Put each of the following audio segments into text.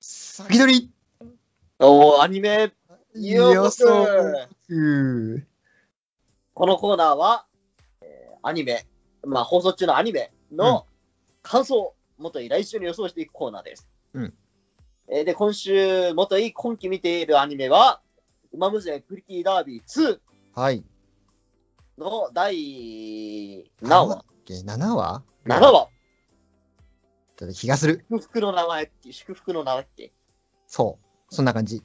先取りおー、アニメ予予想測うんこのコーナーは、えーアニメ、まあ、放送中のアニメの感想をもとい来週に予想していくコーナーです。うんえーで、今週、もとい今期見ているアニメは、ウマ娘プリティダービー2はい。の第何話え ?7 話 ?7 だっ話た気がする。祝福の名前って、祝福の名前って、そう。そんな感じ。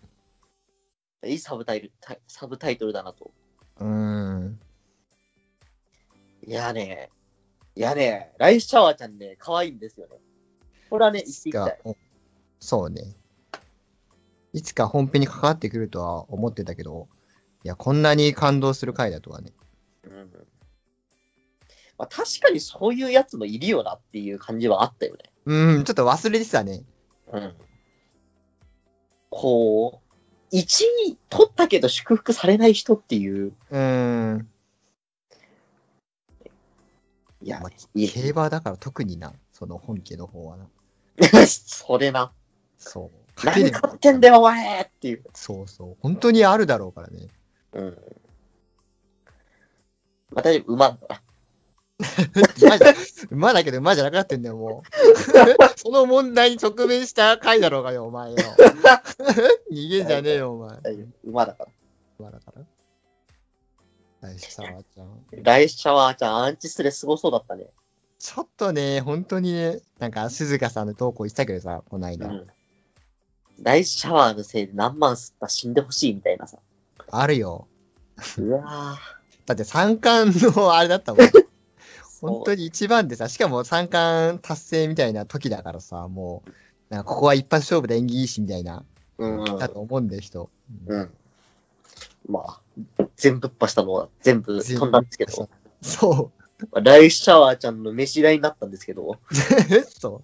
いいサブタイルタイサブタイトルだなと。うーん。いやね、いやね、ライスシャワーちゃんね、可愛いんですよね。これはね、言っていきたい。おそうね。いつか本編に関わってくるとは思ってたけど、いや、こんなに感動する回だとはね。うんまあ、確かにそういうやつもいるよなっていう感じはあったよね。うん、ちょっと忘れてたね。うん、こう、1位取ったけど祝福されない人っていう、うーん。いやまあ、い競馬だから特にな、その本家の方はな。や、 それな。そう。何買ってんだよ、お前っていう。そうそう。本当にあるだろうからね。うん。まあ、大丈夫、馬、あ馬だ馬だけど馬じゃなくなってんだよ、も う。その問題に直面した回だろうがよ、お前よ。逃げんじゃねえよ、お前。大丈夫馬だから。馬だから。大したわちゃん。ライスシャワーちゃん、アンチスレすごそうだったね。ちょっとね、本当にね、なんか鈴鹿さんの投稿言ってたけどさ、この間。うん。ライスシャワーのせいで何万吸った死んでほしいみたいなさ。あるよ。うわだって三冠のあれだった もん。う本当に一番でさ、しかも三冠達成みたいな時だからさ、もう、なんかここは一発勝負で演技いいしみたいな、ぁ。うん。だと思うんで、人。うん。まあ、全部ぶっ破したのは全部飛んだんですけど、そまあライスシャワーちゃんの飯代になったんですけど、う。 そ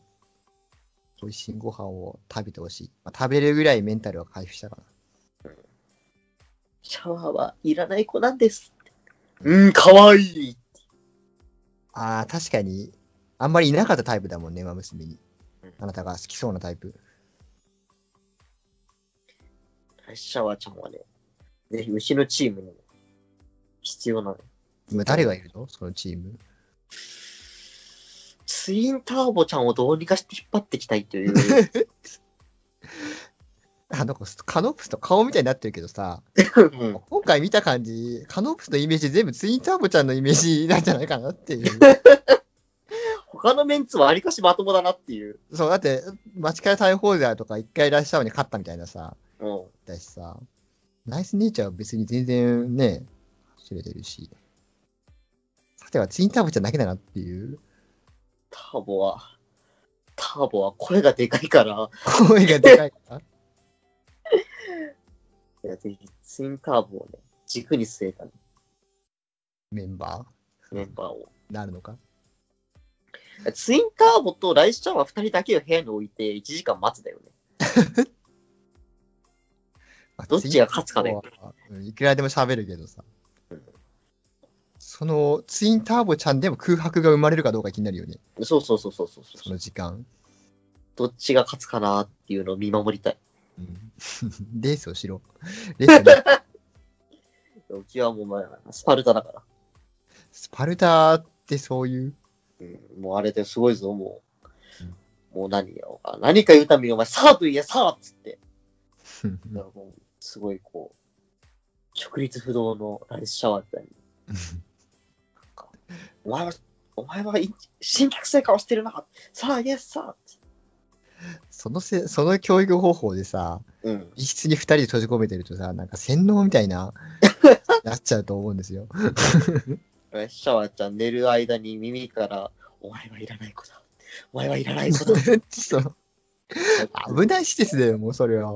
う。美味しいご飯を食べてほしい。まあ、食べるぐらいメンタルは回復したかな。シャワーはいらない子なんです。うん、かわいい。ああ、確かに、あんまりいなかったタイプだもんね、馬娘にうん。あなたが好きそうなタイプ。ライスシャワーちゃんはね、ぜひ牛のチームにも必要なの。今誰がいるのそのチーム。 ツインターボちゃんをどうにかして引っ張ってきたいという。あの子、カノプスの顔みたいになってるけどさ、うん今回見た感じ、カノプスのイメージ全部ツインターボちゃんのイメージなんじゃないかなって いう。 他のメンツはありかしまともだなっていう。そう、だって、街から大砲ーとか一回いらっしゃるに勝ったみたいなさ、うん。だしさ、ナイスネイチャーは別に全然ね、走れてるし。さてはツインターボちゃんだけだなっていう。ターボは、ターボは声がでかいから、声がでかい から。いや、ぜひツインターボをね、軸に据えたねメンバメンバーを。ーなるのかツインターボとライスちゃんは2人だけを部屋に置いて1時間待つだよね。どっちが勝つかね。ツインターボはうんいくらでも喋るけどさ。そのツインターボちゃんでも空白が生まれるかどうか気になるよね。そうそうそうそうそうそそう。の時間。どっちが勝つかなっていうのを見守りたい。うん レースをしろ。レースをね うちはもうまあ、スパルタだから。スパルタってそういう。うん、もうあれですごいぞ、もう。うんもう何よ。あ何か言うためにお前、サーと言え、サーっつって。だからもうすごいこう、直立不動のライスシャワーみたいに。なんかお前は、お前はい新客生顔してるな。さあ、イエス、さそのせ、その教育方法でさ、あ。うん。一室に二人で閉じ込めてるとさ、なんか洗脳みたい な、なっちゃうと思うんですよ。ライスシャワーちゃん寝る間に耳から、お前はいらない子だ。お前はいらない子だ。その危ない施設だよ、もうそれは。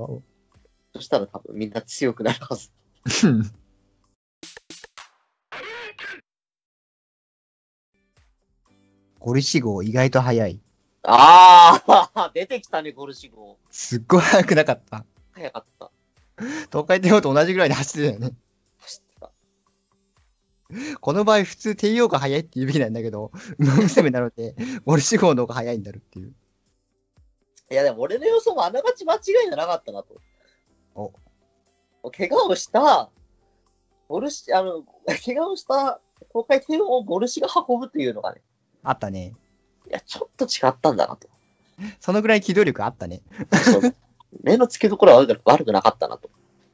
そしたら多分みんな強くなるはず。ゴリシ号意外と早い。ああ 出てきたね、ゴルシゴ。すっごい速くなかった。早かった。東海帝王と同じぐらいに走ってたよね。走ってた。この場合、普通、帝王が早いって言うべきなんだけど、馬娘なので、ゴルシゴの方が早いんだろうっていう。いや、でも俺の予想もあながち間違いじゃなかったなと。お怪我をした、ボルシ、あの、 怪我をした東海帝王をボルシが運ぶというのがね、あったね。いや、ちょっと違ったんだなと。そのぐらい機動力あったね。 そう目の付けどころは悪く悪くなかったなと。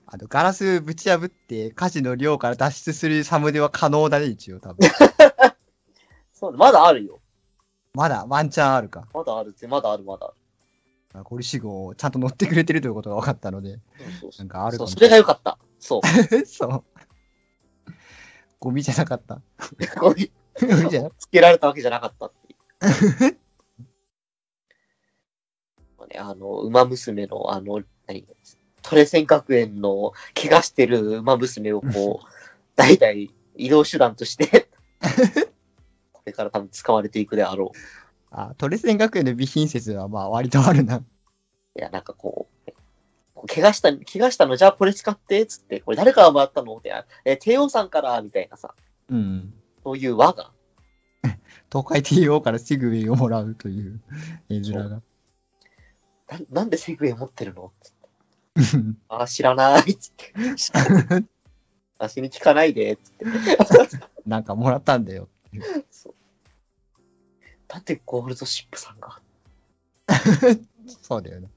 あの、ガラスぶち破って、火事の量から脱出するサムネは可能だね、一応、多分。そうまだあるよ。まだワンチャンあるか。まだあるぜ、まだある、まだある。あゴルシゴをちゃんと乗ってくれてるということが分かったので、そうそなうんかあるそかもうそれが良かった。 そう。 そう。ゴミじゃなかった。こういう ゴミじゃなかっつけられたわけじゃなかったっていう。もうね、あの、馬娘の、あの、何トレセン学園の怪我してる馬娘をこう、代々移動手段として、これから多分使われていくであろう。た。あ、トレセン学園の備品説はまあ割とあるな。いや、なんかこう、怪我した、怪我したの、じゃあこれ使って、つって、これ誰からもらったのって、あえ、帝王さんから、みたいなさ、うん。そういう輪が、東海 TO からセグウェイをもらうという 絵面が。ななんでセグウェイ持ってるのうんあ、知らないっつって。私に聞かないでっつって。なんかもらったんだよ。そうだってゴールドシップさんが。そうだよね。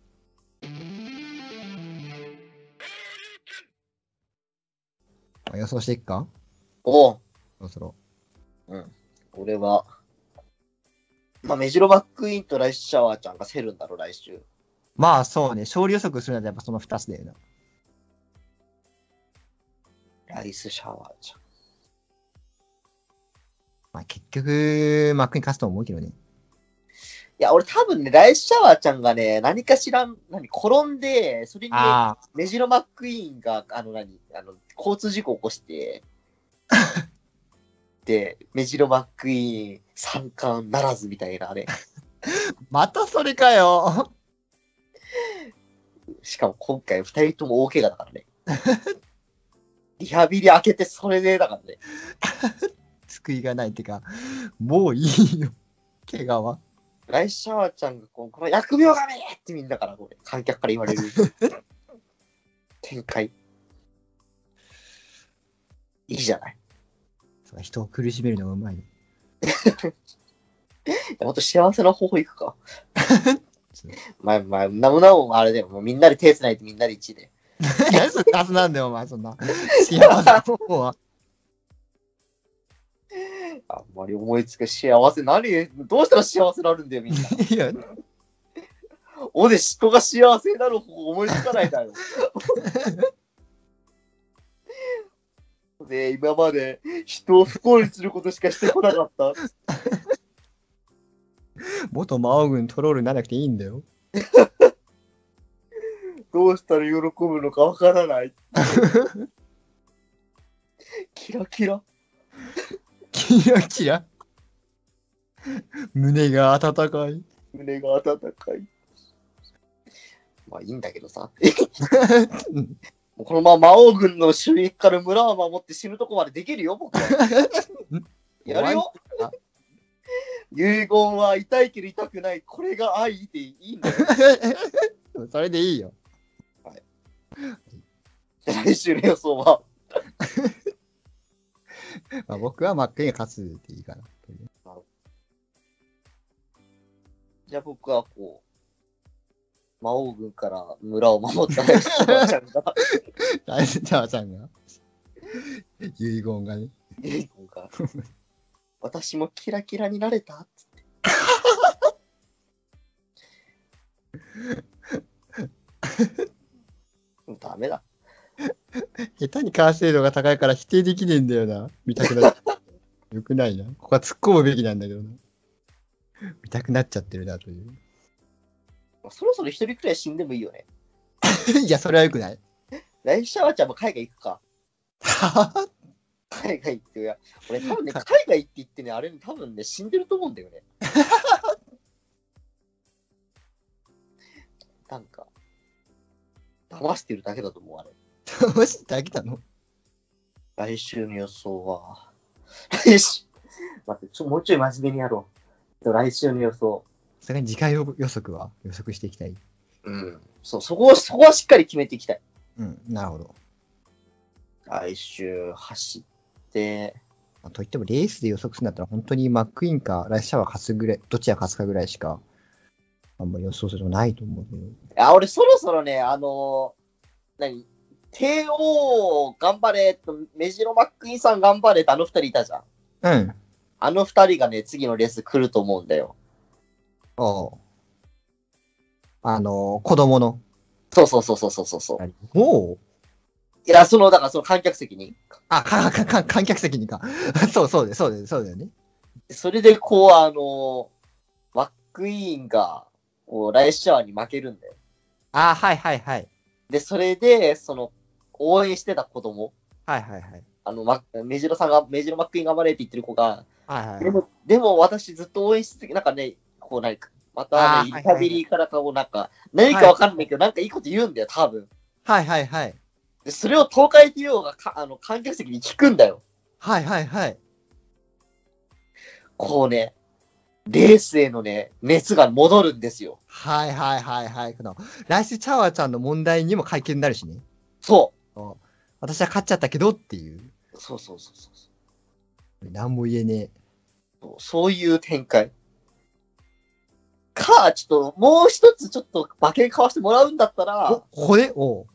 あ予想していくかおうそろそろ。俺は。まあ、メジロバックインとライスシャワーちゃんが競るんだろ、来週。まあそうね、勝利予測するならやっぱその2つだよな。ライスシャワーちゃん。まあ結局、マックに勝つと思うけどね。いや、俺多分ね、ライスシャワーちゃんがね、何かしら、何、転んで、それにああ、メジロバックインが、あの何、あの、交通事故を起こして、で、メジロバックイン三冠ならずみたいなね。またそれかよ。しかも今回二人とも大怪我だからね。リハビリ開けてそれでだからね。救いがないってか、もういいよ。怪我は。ライスシャワーちゃんがこうこの疫病がねえってみんなからこう観客から言われる展開。いいじゃない。そう人を苦しめるのがうまい。もっと幸せな方法いくかそう。 まあまあ、なもなもあれだよ。もうみんなで手つないでみんなで1位で。何それ雑なんだよ、お前、そん な。幸せな方は。あんまり思いつく幸せ何どうしたら幸せになるんだよみ んな。いや、おで人が幸せになる方法思いつかないだ よ。で、今まで人を不幸にすることしかしてこなかった。元魔王軍トロールにならなくていいんだよ。どうしたら喜ぶのかわからない。 キラキラ。キラキラ。胸が温かい。胸が温かい。まあいいんだけどさ。うんもうこのまま魔王軍の襲撃から村を守って死ぬとこまでできるよ、僕は。 やるよあ。遺言は痛いけど痛くない。これが愛でいいんだよ。それでいいよ。来週の予想は。まあ、僕はマックに勝つっていいかな。じゃあ僕はこう、魔王軍から村を守った 来週のちゃんが、大丈夫、ちゃんが。遺言がね。遺言が、私もキラキラになれたっつって。もう ダメだ。下手に完成度が高いから否定できねえんだよな。見たくなっ よくないな。ここは突っ込むべきなんだけどな。見たくなっちゃってるなという。そろそろ一人くらい死んでもいいよね。 いや、それはよくない。 来週はちゃんも海外行くか。海外行って、いや、俺多分ね、海外行って言ってね、あれね多分ね、死んでると思うんだよね。 なんか、騙してるだけだと思う、あれ。マジで飽きたの来週の予想は、 来週、待って、ちょもうちょい真面目にやろう。来週の予想。さすがに次回予測は予測していきたい。うん。そう、そこは、そこはしっかり決めていきたい。うん、なるほど。来週走って、まあといってもレースで予測するんだったら、本当にマックインかラッシャーは勝つぐらい、どっちが勝つかぐらいしか、あんまり予想するのないと思うけど。あ、俺そろそろね、あのー何帝王頑張れと、メジロマックインさん頑張れってあの二人いたじゃん。うん。ああの二人がね、次のレース来ると思うんだよ。あ。あの、子供の。そうそうそうそうそうそうそう。もういや、その、だからその観客席に。あ、か、か、か、観客席にか。 そう、そうです、そうです、そうだよね。それで、こう、あのーマックイーンが、こう、ライシャワーに負けるんだよ。あ、はい、はい、はい。で、それで、その、応援してた子供、はい、はい、はい。あの、マメジロさんが、メジロマックイーン頑張れって言ってる子が、はい、はい。でも、でも私ずっと応援し続け、なんかね、こう、なんか、また、あーね、はいリハビリからかをなんか、何かわかんないけど、なんかいいこと言うんだよ、多分。はい、はい、はい。で、それを東海帝王がか、あの、観客席に聞くんだよ。はい、はい、はい。こうね、レースへのね、熱が戻るんですよ。はい、はい、はい、はい。この、ライスチャワーちゃんの問題にも解決になるしね。そ私は勝っちゃったけどっていう。う。そうそうそうそうそ何も言えねえ。う。そういう展開。か、ちょっと、もう一つちょっと馬券買わせてもらうんだったお、ら、これおう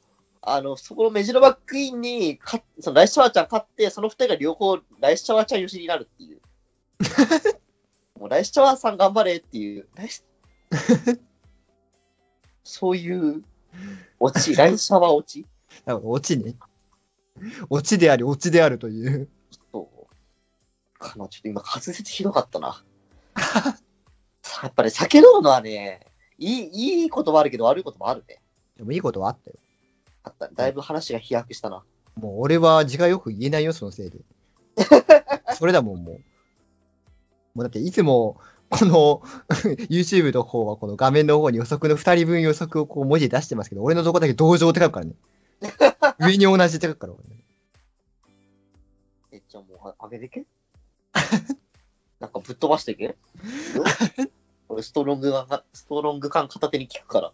あの、そこのメジロバックインに勝っ、そのライスシャワーちゃん勝って、その二人が両方ライスシャワーちゃんよしになるっていう。もうライスシャワーさん頑張れっていう。ライスそういう、落ち、ライスシャワー落ちなるほど、オチね。オチであり、オチであるという。そう。かな、ちょっと今、滑舌ひどかったな。 さやっぱり酒飲むのはね、いい、いいこともあるけど悪いこともあるね。でもいいことはあったよ。あった。だいぶ話が飛躍したな。もう俺は字がよく言えないよ、そのせいで。それだもん、もう。もうだって、いつも、この YouTube の方はこの画面の方に予測の2人分予測をこう文字で出してますけど、俺のとこだけ同情って書くからね。上に同じって書くから、俺ねえっちゃんもう、あげ てけなんかぶっ飛ばしてけ俺、ストロングが、ストロング感片手に効くから、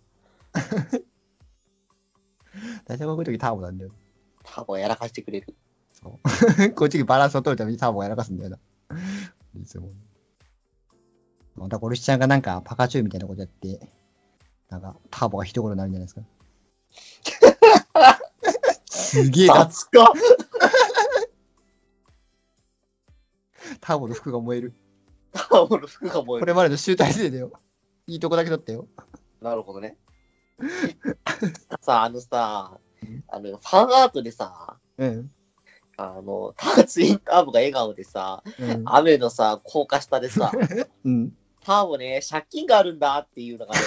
大体こういう時ターボなんだよ。多分やらかしてくれる。こっちにバランスを取るためにターボをやらかすんだよな。いつも。またゴルシちゃんがなんかパカチュウみたいなことやって、なんかターボがひどいことになるんじゃないですか。すげえな、つかターボの服が燃える。俺の服が燃えこる。れまでの集大成だよ。いいとこだけだったよ。なるほどね。さあ、あのさ、あの、ファンアートでさ、うん。あの、タツインターボが笑顔でさ、うん。雨のさ、高架下でさ、うん、ターボね、借金があるんだっていうのがね、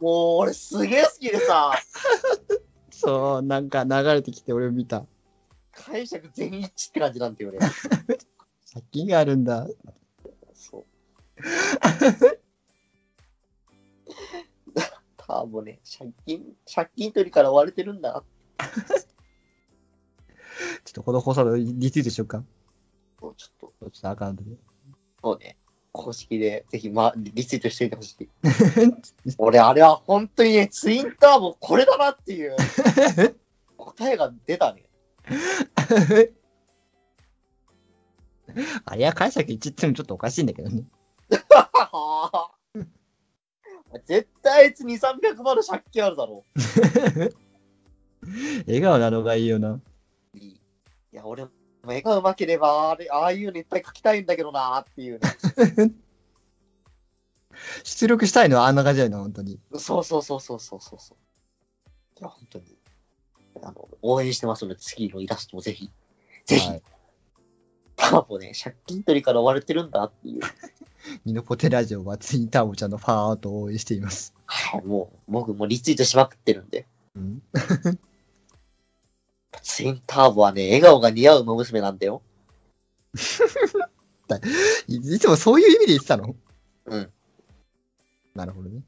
もう俺すげえ好きでさ、そう、なんか流れてきて俺見た。解釈全一致って感じなんだよね。借金があるんだ。そう。ターボね、借金、借金取りから追われてるんだ。ちょっとこの放送でリツイートしようか。ちょっと、ちょっとアカウントで。そうね、公式でぜひ、ま、リツイートしていてほしい。う 俺、あれは本当にね、ツインターボこれだなって いう答えが出たね。 んあれは解釈一致ってのもちょっとおかしいんだけどね。はあ絶対あいつ2、300万の借金あるだろ笑顔なのがいいよな。う。いや、俺、絵がうまければあれ、ああいうのいっぱい描きたいんだけどなーっていう、ね。出力したいのはあんな感じだよな、本当に。そうそうそうそうそうそうそう。いや、本当に。あの、応援してますので、次のイラストもぜひ、ぜひ、はいターボね、借金取りから追われてるんだっていう。 ミノポテラジオはツインターボちゃんのファンアートを応援しています。はい、もう、僕もうリツイートしまくってるんで。うん、ツインターボはね、笑顔が似合う馬娘なんだよ。いいつもそういう意味で言ってたのうん。なるほどね。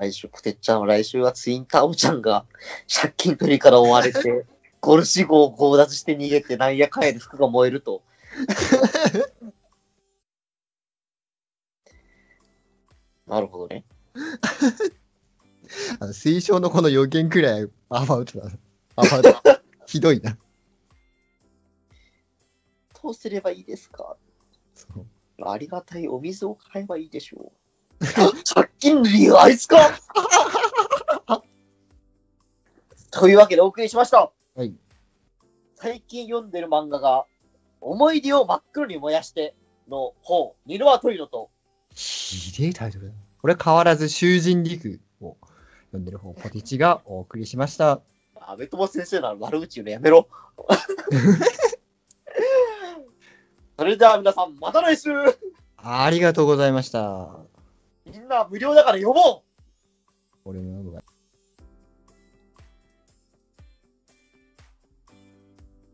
来週、ポテッちゃんは来週はツインターボちゃんが借金取りから追われて、ゴルシゴを強奪して逃げて、なんやかんやで服が燃えると。なるほどね。あの推奨のこの予言くらいアバウトだな。アバウト。ひどいな。どうすればいいですかそうありがたいお水を買えばいいでしょう。 借金の理由あいつか というわけでお送りしました。はい最近読んでる漫画が、思い出を真っ黒に燃やしての方、ニノワトリノと、ひでえタイトルだな。俺は変わらず囚人陸を読んでる方、ポテチがお送りしました。安部友先生の悪口言うのや めろ。 それでは皆さん、また来週ありがとうございました。みんな無料だから呼ぼう俺もなんか